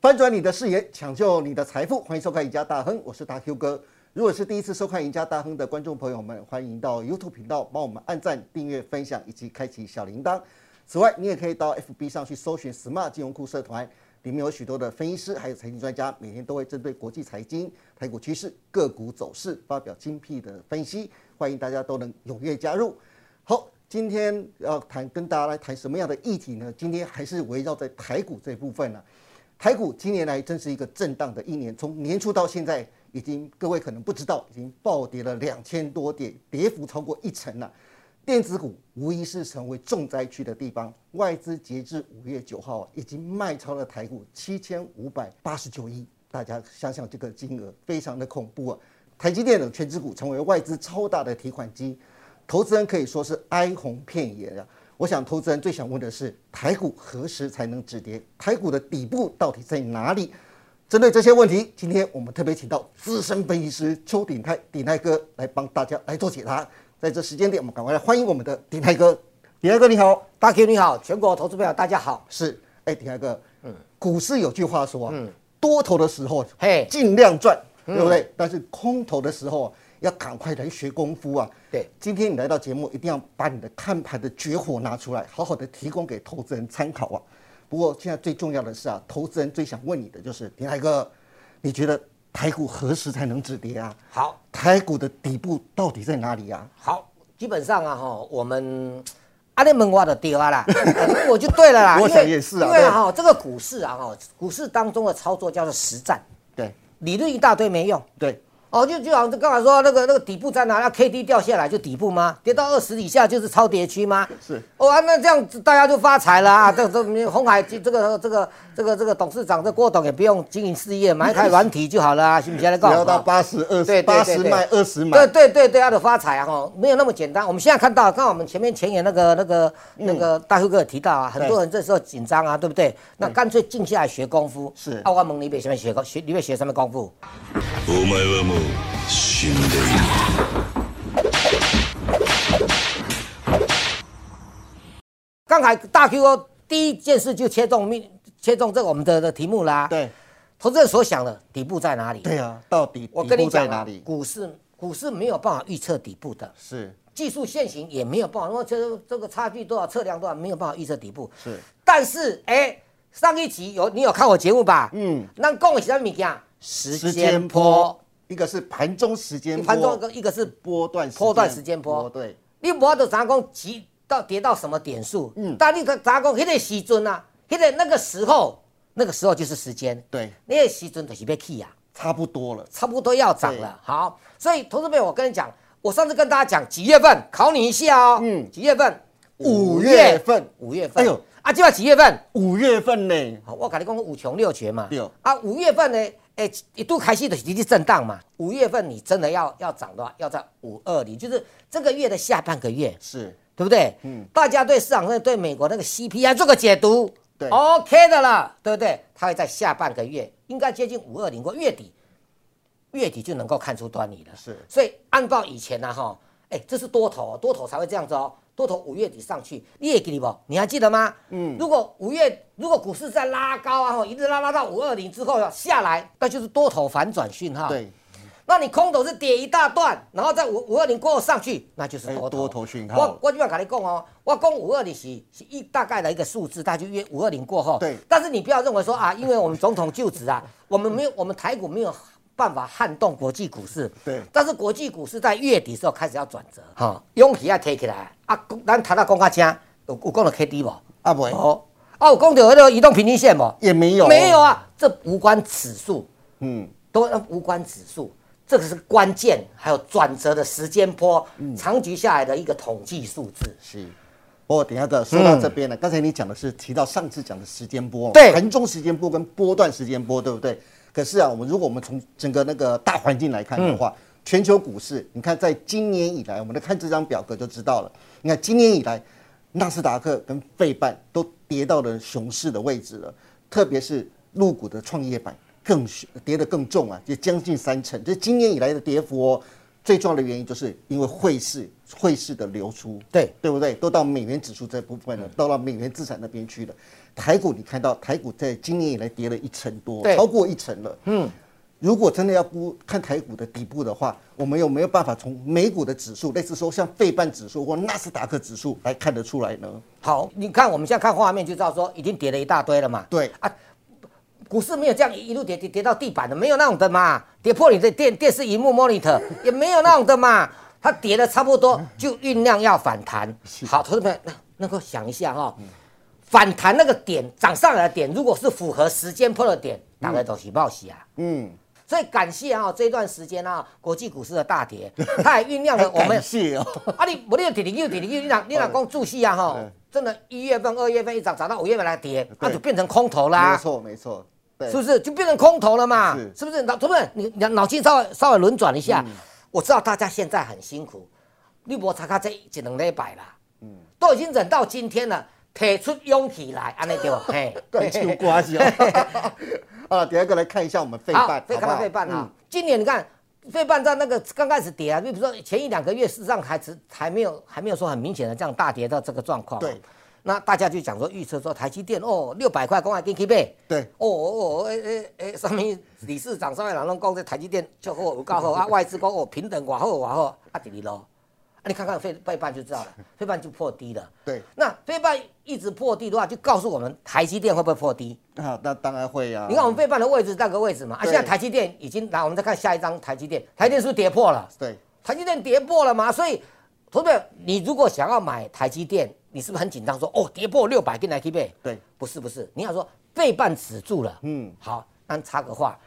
翻转你的视野，抢救你的财富，欢迎收看《赢家大亨》，我是大 Q 哥。如果是第一次收看《赢家大亨》的观众朋友们，欢迎到 YouTube 频道帮我们按赞、订阅、分享以及开启小铃铛。此外，你也可以到 FB 上去搜寻 “Smart 金融库社团”，里面有许多的分析师还有财经专家，每天都会针对国际财经、台股趋势、个股走势发表精辟的分析，欢迎大家都能踊跃加入。好，今天要谈跟大家来谈什么样的议题呢？今天还是围绕在台股这部分呢、啊台股今年来真是一个震荡的一年，从年初到现在，已经各位可能不知道，已经暴跌了两千多点，跌幅超过一成了、电子股无疑是成为重灾区的地方，外资截至五月九号、啊、已经卖超了台股七千五百八十九亿，大家想想这个金额非常的恐怖啊！台积电等全指股成为外资超大的提款机，投资人可以说是哀鸿遍野啊。我想投资人最想问的是，台股何时才能止跌？台股的底部到底在哪里？针对这些问题，今天我们特别请到资深分析师邱鼎泰鼎泰哥来帮大家来做解答。在这时间点，我们赶快来欢迎我们的鼎泰哥。鼎泰哥你好，大 Q 你好，全国投资朋友大家好。是，哎，鼎泰哥，嗯，股市有句话说啊，多头的时候嗯嘿嗯尽量赚，对不对？但是空头的时候啊，要赶快来学功夫啊。对，今天你来到节目，一定要把你的看盘的绝活拿出来，好好的提供给投资人参考啊。不过现在最重要的是啊，投资人最想问你的就是，鼎泰哥，你觉得台股何时才能止跌啊？好，台股的底部到底在哪里啊？好，基本上啊哈，我们 阿联门挖的丢 啊啦，呃我就对了啦。我因为想也是啊因为对哈这个股市啊哈，股市当中的操作叫做实战，对理论一大堆没用。对，哦，就就好像刚才说那个那个底部在哪？那 K D 掉下来就底部吗？跌到二十以下就是超跌区吗？是。哦啊，那这样子大家就发财了啊！ 这这红海这个这个这个这个董事长这郭董也不用经营事业，买一台软体就好了啊，行不行？来只告要到诉八十二十，对对八对十对卖二十买，对对对对，他的发财哈、哦，没有那么简单。我们现在看到，刚好我们前面前言那个那个嗯那个大辉哥有提到啊，很多人这时候紧张啊，对不对？那干脆静下来学功夫。是奥万蒙你别什么学功学，你别学什么功夫？お前はもう死んでいる刚才大 Q 哥第一件事就切中命，切中这个我们的的题目啦。，对投资人所想的底部在哪里？对啊，到底我底跟你部在讲哪啊里，？股市股市没有办法预测底部的。是技术现行也没有办法，那这这个差距多少，测量多少，没有办法预测底部。是，但是哎、上一集有你有看我节目吧？嗯，那讲的是什么物件？时间波，，一个是盘中时间波，盘中一个一个是波段波段时间波对，你无得咱讲几到跌到什么点数，嗯，但你咱讲迄个时阵啊，迄、个那个时候，那个时候就是时间，对那个时阵就是要起啊，差不多了。差不多要涨了。好，所以投资朋友，我跟你讲，我上次跟大家讲几月份，考你一下哦，嗯，几月份？五月份五月份。哎哎呦呦，啊，今晚几月份？五月份呢，好，我跟你讲五穷六绝嘛。对哦啊，五月份呢，哎、一度开始的一直震荡嘛。五月份你真的要要涨的话，要在五二零，就是这个月的下半个月，是对不对？嗯。大家对市场上对美国那个 CPI 做个解读，对，OK 的了，对不对？它会在下半个月，应该接近五二零或月底，月底就能够看出端倪了。是所以按照以前呢、哈，哎，这是多头哦，多头才会这样子哦。多头五月底上去，你也给你不？你还记得吗？嗯，如果五月如果股市在拉高啊，哈，一直拉拉到五二零之后要下来，那就是多头反转讯号。，对，那你空头是跌一大段，然后在五五二零过后上去，那就是多头哎多头讯号我我就要跟你讲哦，我讲五二零是是一大概的一个数字，大家就约五二零过后。对但是你不要认为说啊，因为我们总统就 职啊，我们没有我们台股没有办法撼动国际股市。对但是国际股市在月底时候开始要转折，哈、勇气要提起来啊。讲咱谈到讲到这，有有讲到 K D 无？啊不，哦，啊，有讲到那个移动平均线无？也没有没有啊，这无关此数。嗯，都呃无关指数，这个是关键，还有转折的时间波，嗯长期下来的一个统计数字。是。不过等一下的说到这边呢，刚才你讲的是提到上次讲的时间波，对盘中时间波跟波段时间波，对不对？可是啊，我们如果我们从整个那个大环境来看的话，全球股市，你看在今年以来，我们来看这张表格就知道了。你看今年以来，纳斯达克跟费半都跌到了熊市的位置了，特别是入股的创业板更是跌得更重啊，也将近三成，这是今年以来的跌幅哦。最重要的原因就是因为汇市汇市的流出，对对不对？都到美元指数这部嗯分了，到了美元资产那边去了。台股你看到台股在今年以来跌了一成多，对超过一成了。嗯，如果真的要估看台股的底部的话，我们有没有办法从美股的指数，类似说像费半指数或纳斯达克指数来看得出来呢？好，你看我们现在看画面就知道说已经跌了一大堆了嘛。对啊，股市没有这样一路跌跌跌到地板的，没有那种的嘛，跌破你的电电视荧幕 monitor 也没有那种的嘛，它跌的差不多就酝酿要反弹。好，同志们，那能够想一下哈、反弹那个点涨上来的点，如果是符合时间破的点，大概都是报喜啊。嗯，所以感谢啊、这一段时间啊，国际股市的 大跌，它也酝酿了我们感谢 哦。啊，你无你就跌跌又跌跌又，你若你若讲注意啊吼嗯，真的，一月份、二月份一涨涨到五月份来跌，那对就变成空头没啦，错没错，对，啊是不是？就变成空头了嘛是，嗯是不是？脑，同志们，你脑脑筋稍微稍微轮转一下，我知道大家现在很辛苦，你无查卡这一两礼拜啦，嗯都已经忍到今天了，提出勇气来，安尼对不？嘿， 断秋瓜 子哦。啊，第二个来看一下我们费好，半，费好不嗯半好费半啊，今年你看费半在那个刚开始跌啊，比如说前一两个月，事实上还只还没有还没有说很明显的这样大跌到这个状况啊。对那大家就讲说预测说台积电哦六百块公还给 K 倍，对哦哦哦诶诶诶，上面理事长上面人拢讲这台积电就好有够好 啊，外资讲哦平等寡好寡好啊，第二咯，啊你看看费费半就知道了，费半就破低了。对那费半一直破低的话，就告诉我们台积电会不会破低？啊，那当然会啊。你看我们背叛的位置是那个位置嘛，啊，对现在台积电已经来，我们再看下一张台积电，台积电是不是跌破了？对，台积电跌破了嘛，所以，投资者你如果想要买台积电，你是不是很紧张说哦跌破六百进来 K 倍？对，不是不是，你要说背叛止住了，嗯嗯，好，那插个话。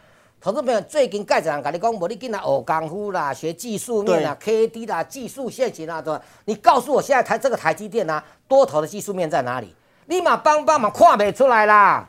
投资朋友最近盖子人跟你讲，无你进来学功夫啦，学技术面啦，K D 啦，技术陷阱啦，对吧？你告诉我现在台这个台积电啊，多头的技术面在哪里？立马帮帮忙，看不出来啦。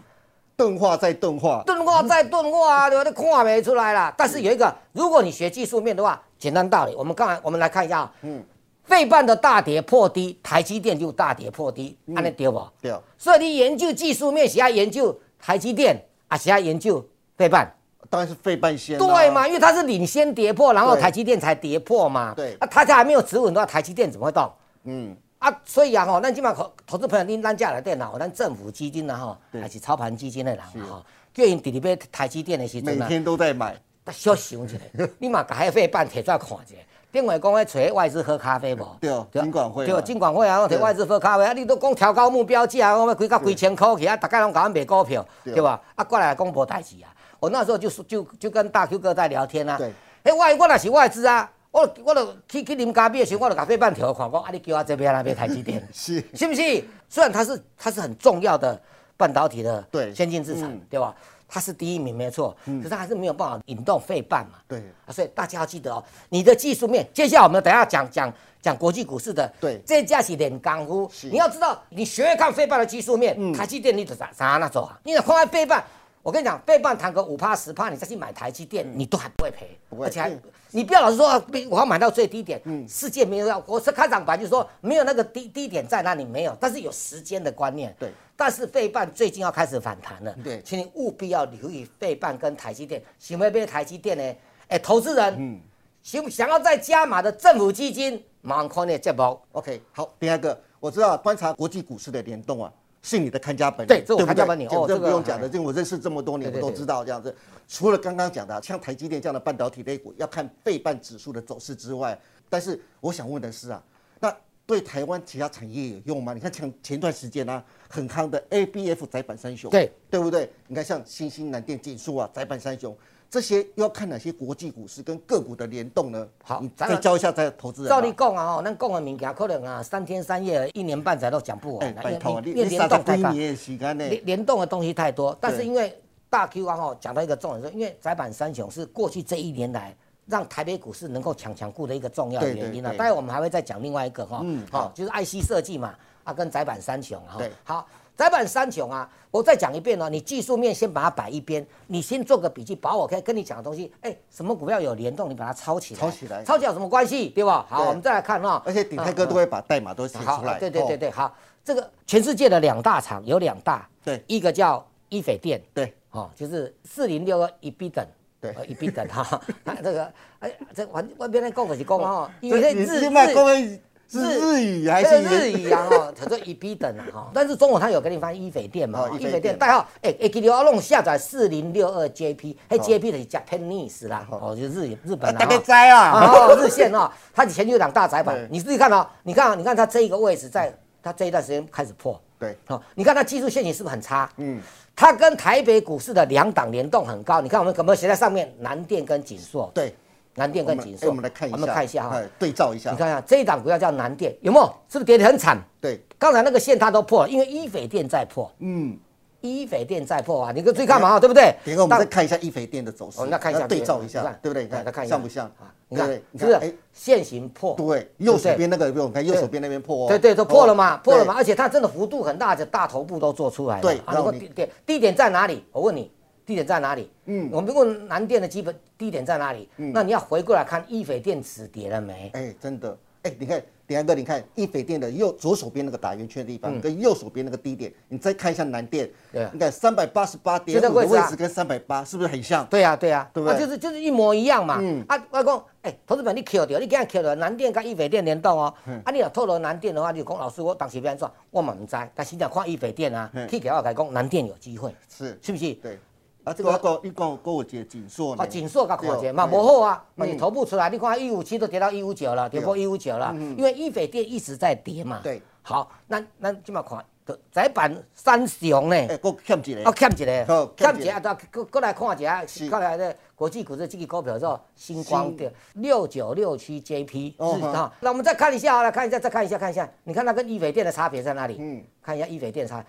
钝化再钝化，钝化再钝化啊，对吧？你看没出来啦。但是有一个，如果你学技术面的话，简单道理，我们刚才我们来看一下，嗯，费半的大跌破低，台积电就大跌破低，安尼对不？对，所以你研究技术面，是要研究台积电，啊，是要研究费半。当然是费半先、啊。对嘛？？因为它是领先跌破，然后对台积电才跌破嘛。对那、它家还没有止稳的话，台积电怎么会动？嗯，啊，所以啊，吼，咱即马投投资朋友，恁咱家来电脑，咱政府基金啦，吼，对还是操盘基金的人啊吼，叫因直直买台积电的时每阵啊，天都在买，啊小想一下，你嘛甲迄费半摕出来看一下。另外讲，迄找外资喝咖啡无？对哦金管会嘛对，金管会啊，我对摕外资喝咖啡啊，你都讲调高目标价，我要几到几千块去啊，大概拢甲阮卖股票，对哦对吧？啊，过来讲无代志啊。我那时候就是就就跟大 Q 哥在聊天啊。对。哎，外我若是外资啊，我我就去去啉咖啡的时候，我就甲费半调看，讲啊，你叫我这边那边台积电， 是是不是？虽然它是它是很重要的半导体的对先进制程，嗯对吧？它是第一名没错，可是它还是没有办法引动费半嘛。对啊，所以大家要记得哦，你的技术面，接下来我们等一下讲讲讲国际股市的，对这家是练功夫，你要知道，你学会看费半的技术面，嗯台积电你怎咋咋那走啊？你想看看费半，我跟你讲，费半谈个五趴十趴，你再去买台积电，你都还不会赔，嗯不会而且还嗯你不要老是说啊我要买到最低点，世界没有要，我是看涨板就说没有那个低低点在那里没有，但是有时间的观念。对，但是费半最近要开始反弹了，对请你务必要留意费半跟台积电，想要被台积电呢？哎，投资人，嗯，想想要再加码的政府基金，马上看你的节目。 OK，好，第二个，我知道观察国际股市的联动啊，是你的看家本领，对这我不看家本领哦这这不个用讲的，这我认识这么多年，我对对都对知道这样子。除了刚刚讲的啊，像台积电这样的半导体类股，要看费半指数的走势之外，但是我想问的是啊，那对台湾其他产业有用吗？你看前前段时间啊，很夯的 ABF 窄板三雄，对对不对？你看像新兴南电、锦数啊、窄板三雄。这些要看哪些国际股市跟个股的联动呢？好你咱再们教一下在投资人吧。照你讲啊，吼，咱讲的物件可能啊，三天三夜、一年半载都讲不哎，完啦，拜托啊，你因为你联三十动几太大。年的时间呢？联联动的东西太多，但是对因为大 Q 啊吼讲到一个重点是，因为窄板三雄是过去这一年来让台北股市能够强强固的一个重要的对对原因啊对。待会我们还会再讲另外一个哈嗯，好好，就是 IC 设计嘛，啊跟窄板三雄啊对，好。窄板三雄啊，我再讲一遍哦，你技术面先把它摆一边，你先做个笔记，把我可以跟你讲的东西，哎，什么股票有联动，你把它抄起来，抄起来抄起来有什么关系，对吧？好，对我们再来看哦嗯哈、而且鼎泰哥都会把代码都写好出，来。对对对哦，对，好，这个全世界的两大厂有两大，对一个叫伊斐电，对哦，就是四零六二一 B 等，对呃一必等哈。 那这个哎，这外外边的讲法是讲哈，因为哦这这你日你卖各日位是日语还这是个日语啊？哈，他说一必等啊哈，但是中文他有给你翻译伊斐店嘛哦，伊伊斐斐店店代号哎哎，给你要弄下载四零六二 JP，哎好 JP 的是 Japanese 啦，哦就是日日本啦大。概哈摘哦啊？哦，日线哦，它以前就有两大窄板对，你自己看哦，你看、哦，你看它这一个位置在，它这一段时间开始破，对，哦，你看它技术线型是不是很差？嗯嗯，它跟台北股市的两档联动很高，你看我们有没有写在上面？南电跟锦硕，，对，南电我跟们锦哎硕，我们来看一下，我们看一下哈、哎对照一下你，看一下这一档股票叫南电，有没有？是不是跌得很惨？对，刚才那个线它都破了，因为伊斐电在破，嗯，伊斐电在破啊，你给注意看嘛，对不对？等一下我们当再看一下一肥店的走势哦，，那看一下要对照一你下看，对不对？你来来看看一下像不像啊？你对不看对？你是看不，哎是，线形破？对，右手对不对边那个有没有？我们看右手边那边破哦，对对，都破了嘛，哦破了嘛，，啊而且它真的幅度很大，这大头部都做出来了。对啊，让如果你低点低点在哪里？我问你，低点在哪里？嗯嗯，我们问南电的基本低点在哪里？那你要回过来看易斐电止跌了没？哎，真的，哎，你看，鼎安哥，你看一肥店的右左手边那个打圆圈的地方，嗯跟右手边那个低点，你再看一下南店对啊，你看三百八十八点就那五个的位置位啊置跟三百八是不是很像？对呀、啊，对呀、啊，对不对啊就是就是一模一样嘛。嗯啊，我讲，哎、投资本你 Q 掉，你敢 Q 掉南电跟易斐电联动哦。啊，你若透露南电的话，你就讲老师，我当时要安怎样，我嘛唔知，但是你若看易斐电啊嗯，去给我来讲南电有机会，是，是不是？对。啊，这个跟你讲跟我姐锦硕呢，啊，紧缩甲看对者哦嘛，哎无好啊，嘛你头部出来，你看一五七都跌到一五九了，跌破对嗯一五九了，因为一斐电一直在跌嘛。对，好，那那今嘛看，窄板三雄呢，哎，够欠一个，啊欠一好个，欠欠一个一个，啊，过过来看一下，是看来这国际股市这个股票叫星光的六九六七 JP 哦是好哈，那我们再看一下好了，看一下，再看一下，看一下，你看它跟一斐电的差别在哪里？嗯嗯，看一下一斐电差，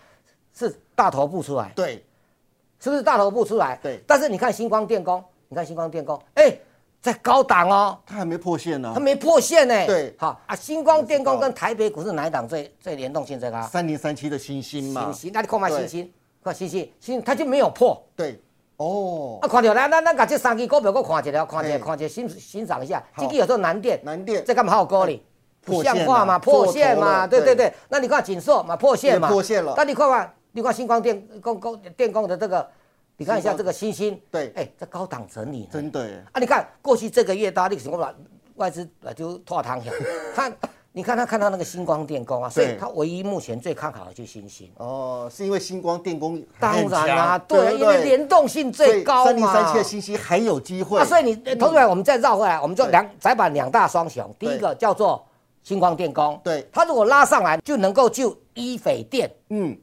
是大头部出来。对，是不是大头部出来？对但是你看星光电工，你看星光电工，哎、在高档哦，它还没破线呢它，没破线呢。对好啊，星光电工跟台北股市哪一档最最联动性最高？三零三七的星星嘛星，星，那你看嘛对星星，看星星，星星它就没有破。对，哦，啊，看到咱咱咱把这三支股票搁看一下，看一哎下，看一下，欣欣赏一下。好这个有时候南电，南电哎这干嘛好高哩？破不线像话嘛嘛，破线做头了嘛，对对对对。那你看锦硕嘛，破线嘛，也破线了那你看看，你看星光电工工电工的这个，你看一下这个星星，对哎，这高档整理呢，真的耶，啊，你看过去这个月大，你什么把外资来就拖堂下，看，你看他看到那个星光电工啊，所对以他唯一目前最看好的就是星星。哦，是因为星光电工当很然强啦、对，啊因为联动性最高嘛。三零三七的星星还有机会，啊，所以你呃投资者，我们再绕回来，我们就对两窄板两大双雄，第对一个叫做星光电工，对它如果拉上来就能够救伊斐电，嗯，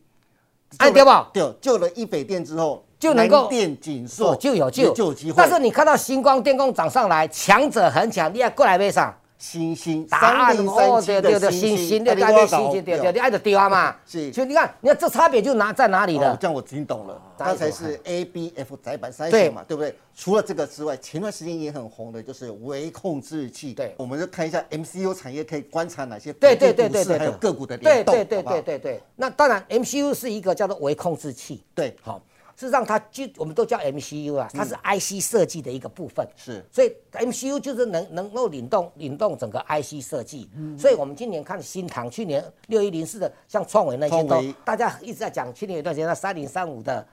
哎对吧？对，救了一北电之后，就能够南电锦硕哦就有也救，就有机会，但是你看到星光电工涨上来，强者很强，你要过来背上。星星答案哦三零三七对对的对，星星星，星对啊对对，你星我星对搞对，你爱就对啊嘛。是所以你看，你看这差别就拿在哪里哦了？这样我听懂了，大家刚有才看是 A B F 窄板三对型嘛，对不对？除了这个之外，前段时间也很红的就是微控制器。对我们就看一下 MCU 产业可以观察哪些对国对际对股对市对，还有对个股的联动，对对好不好对对对。那当然，MCU 是一个叫做微控制器。对好，事实上它就我们都叫 MCU 啊，它是 IC 设计的一个部分。嗯是所以 MCU 就是能能够领动领动整个 IC 设计。嗯所以我们今年看新唐，去年六一零四的，像创维那些创都维，大家一直在讲，去年有一段时间那三零三五的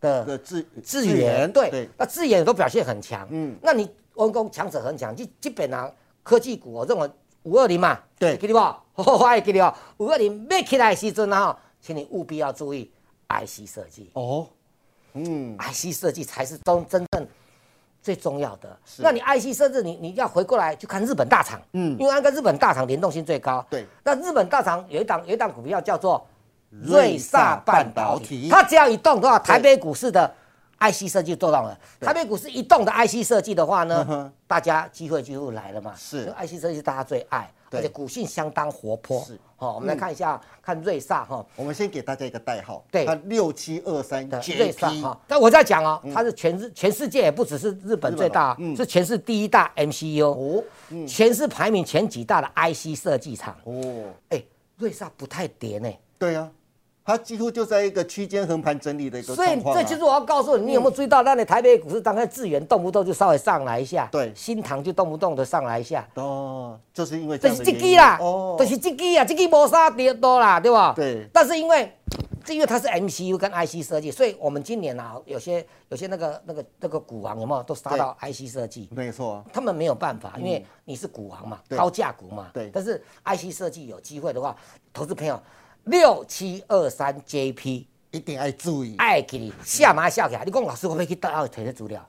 的的智智源对，对那智源都表现很强。嗯，那你文工强者很强，基基本上科技股，我认为五二零嘛，对给你不？ 我也给你哦，五二零买起来的时阵啊，请你务必要注意 IC 设计、哦，嗯 i c 设计才是中真正。最重要的，那你 IC 设计你你要回过来去看日本大厂，嗯，因为那个日本大厂联动性最高，对。那日本大厂有一档有一档股票叫做瑞瑞萨萨半半导导体体，它只要一动的话，台北股市的 IC 设计做到了。台北股市一动的 IC 设计的话嗯哼呢，大家机会就来了嘛。是因为 IC 设计是大家最爱，对而且股性相当活泼。是嗯好，我们来看一下看瑞萨哈，我们先给大家一个代号，对它六七二三的瑞萨 JP，哈，但我在讲哦，它是全世全世界也不只是日本最大嗯日本哦嗯，是全市第一大 MCU，哦全市排名前几大的 IC 设计厂。哦，哎，瑞萨不太跌呢。对啊，它几乎就在一个区间横盘整理的一个所以状况啊这就是我要告诉你，你有没有注意到，那你台北股市当开资源动不动就稍微上来一下，对新塘就动不动的上来一下，哦，就是因为这样是的这原因支啦，哦，就是这支啊，这支没啥跌多啦，对吧？对但是因为这因为它是 MCU 跟 IC 设计，所以我们今年啊，有些有些那个那个那个股王有没有都杀到 IC 设计？没错啊，他们没有办法，因为你是股王嘛，嗯对高价股嘛。对但是 IC 设计有机会的话，投资朋友六七二三 JP 一定要注意。 爱给你下马下起来，你讲老师我要去到底摕的资料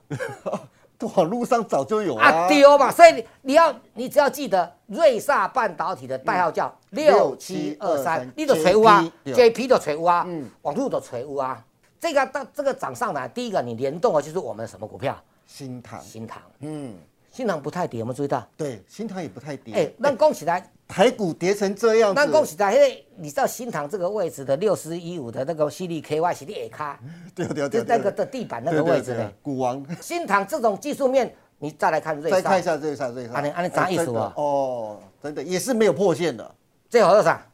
网路上早就有啊啊，丢嘛，所以你你要你只要记得瑞萨半导体的代号叫嗯六七二三6723，你的锤屋啊 JP ，JP 的锤屋啊嗯，网络的锤屋啊，这个到这个涨上来，第一个你联动的就是我们的什么股票？新塘，新塘，嗯，新塘不太跌，有没有注意到？对，新塘也不太跌。哎，那讲起来。台股跌成这样那恭子，喜在，因为你知道新塘这个位置的六四一五的那个 C D K Y 是裂开，对嗯对就对，是那个的地板那对个对位置对呢。股王。新塘这种技术面，你再来看瑞再看一莎，下这一下这一下，啊你啊你啥意思哎真的啊哦，真的也是没有破线的，最好是啥？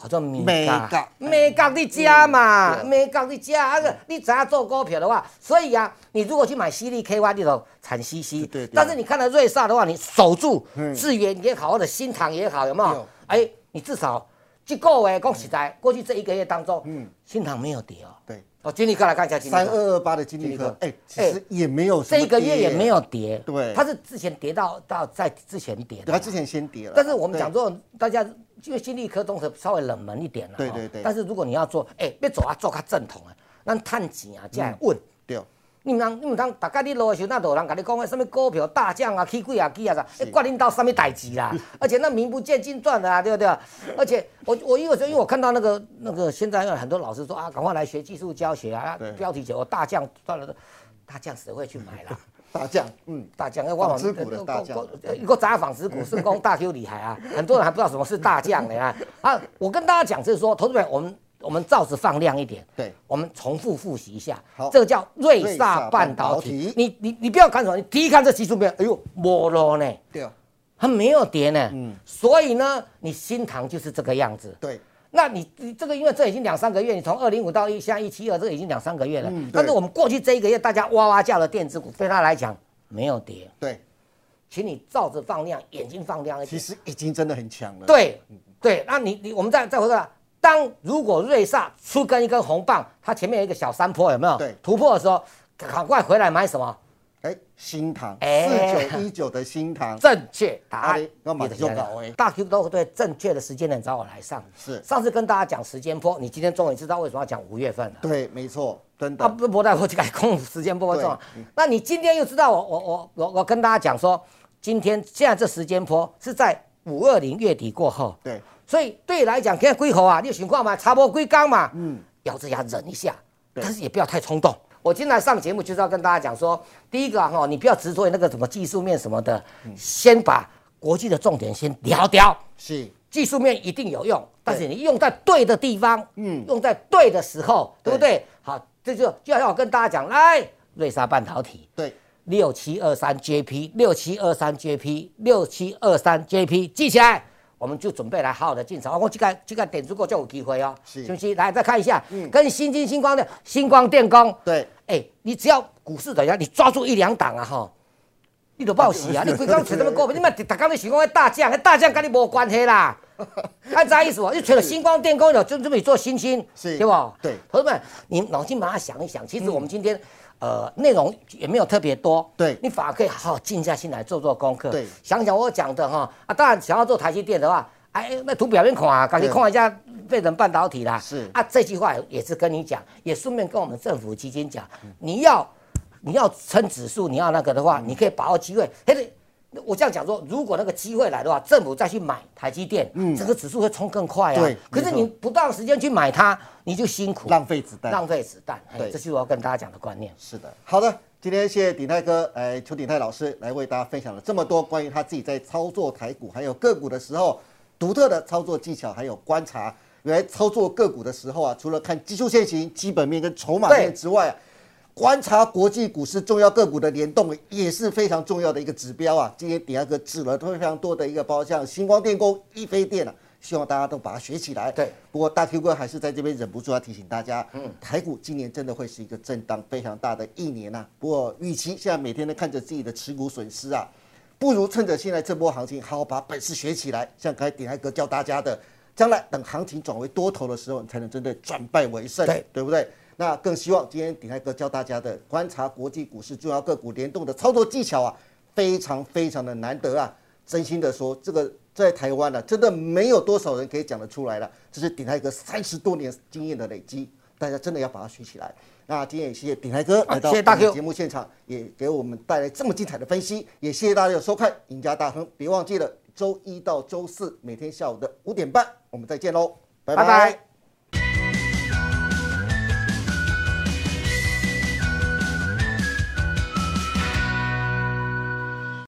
好像美美角角，美角你加嘛，嗯对美角你加，那个你只要做股票的话，所以啊，你如果去买 C D K Y 这种惨兮兮，对对对但是你看到瑞莎的话，你守住嗯智源也好，或者新塘也好，有没对有？哎，你至少这个月讲实在，过去这一个月当中，嗯嗯，新塘没有跌哦。对，哦，经理哥来看一下，经三理哥，二二八的金利科，哎金利其科，实也没有什么这一个月跌也没，有跌，对它是之前跌到到在之前跌的对它嘛，之前先跌了，但是我们讲对说，大家因为心理科综合稍微冷门一点了，对哦对对但是如果你要做，哎，别走啊，做较正统啊，咱探钱嗯啊，这样问。对，你毋通，你毋通，大概你落的时候，那就有人甲你讲，诶，什么股票大涨啊，起几啊，几啊啥，诶，决定到什么代志 啦？而且那名不见经传的啊，对不对？而且我我因为因为我看到那个那个现在有很多老师说啊，赶快来学技术教学啊对，标题写我大将赚了，大将谁会去买啦？大将，嗯，大将，纺织股的大将一个杂纺织股是光大 Q 厉害啊，很多人还不知道什么是大将呢啊！啊，我跟大家讲就是说，投资者，我们我们照着放量一点，对，我们重复复习一下好，这个叫瑞瑞萨萨半导半导体体。你你你不要看什么，你第一看这技术面，哎呦，没落呢，对它没有跌呢，嗯所以呢，你新塘就是这个样子，对，那你你这个因为这已经两三个月，你从二零五到一，现在一七二，这个已经两三个月了。嗯对但是我们过去这一个月，大家哇哇叫的电子股，对他来讲没有跌，对，请你照着放量，眼睛放亮一其点。实已经真的很强了，，对对，那你你我们再再回过来，当如果瑞萨出根一根红棒，它前面有一个小山坡，有没有？对突破的时候，赶快回来买什么？哎，新塘四哎九一九的新塘，正确答啊案你。我马上就搞欸大 Q 都对正确的时间点找我来上。是上次跟大家讲时间坡，你今天终于知道为什么要讲五月份了。对，没错，真啊，的，不不带我去改空时间不波重。那你今天又知道我我我我我跟大家讲说，今天现在这时间波是在五二零月底过后，对，所以对你来讲，看龟口啊，你有情况嘛，差不多龟缸嘛，嗯，咬着牙忍一下，对但是也不要太冲动。我今天来上节目就是要跟大家讲说，第一个哈、你不要执着于那个什么技术面什么的，先把国际的重点先聊掉。是，技术面一定有用，但是你用在对的地方，嗯嗯，用在对的时候，对不对对？好，这就就好像我跟大家讲，来，瑞莎半导体对，六七二三 JP 六七二三 JP 六七二三 JP 记起来，我们就准备来好好的进场。我这个这个点足够就有机会哦，是嗯不是？来再看一下，跟新金星光的星光电工，对，哎，你只要股市等一下，你抓住一两档啊，哈。你都报喜啊！你规工找什么股票？你嘛，逐工咧想讲迄大将，迄大将跟你无关系 啦。啊，知意思无？你除了星光电工了，就这么做星星，是对不？对同志们，你脑筋把它想一想。其嗯实我们今天，呃，内容也没有特别多，对你反而可以好好静下心来做做功课，对想想我讲的哈。啊，当然想要做台积电的话，哎，那图表面看啊，赶紧看一下变成半导体啦。是啊，这句话也是跟你讲，也顺便跟我们政府基金讲，你要你要撑指数，你要那个的嗯话，你可以把握机会。嘿那我这样讲说，如果那个机会来的话，政府再去买台积电，整个指数会冲更快嗯啊。对可是没错你不当时间去买它，你就辛苦，浪费子弹，浪费子弹。嘿对这是我要跟大家讲的观念。是的，好的，今天谢谢鼎泰哥，哎，邱鼎泰老师来为大家分享了这么多关于他自己在操作台股还有个股的时候独特的操作技巧，还有观察。原来操作个股的时候啊，除了看技术线型、基本面跟筹码面对之外啊、观察国际股市重要个股的联动也是非常重要的一个指标啊。今天鼎泰哥指了非常多的一个包括像星光电工、一飞电啊，希望大家都把它学起来。对不过大 Q 哥还是在这边忍不住要提醒大家，嗯，台股今年真的会是一个震荡非常大的一年呐、不过，与其现在每天都看着自己的持股损失啊，不如趁着现在这波行情，好好把本事学起来。像刚才鼎泰哥教大家的，将来等行情转为多头的时候，你才能真的转败为胜，对对不对？那更希望今天鼎泰哥教大家的观察国际股市重要个股联动的操作技巧啊，非常非常的难得啊！真心的说，这个在台湾呢、啊，真的没有多少人可以讲得出来了。这是鼎泰哥三十多年经验的累积，大家真的要把它学起来。那今天也谢谢鼎泰哥来到啊谢我谢大们的 Q 节目现场，也给我们带来这么精彩的分析。也谢谢大家的收看《赢家大亨》，别忘记了周一到周四每天下午的五点半，我们再见喽，拜拜拜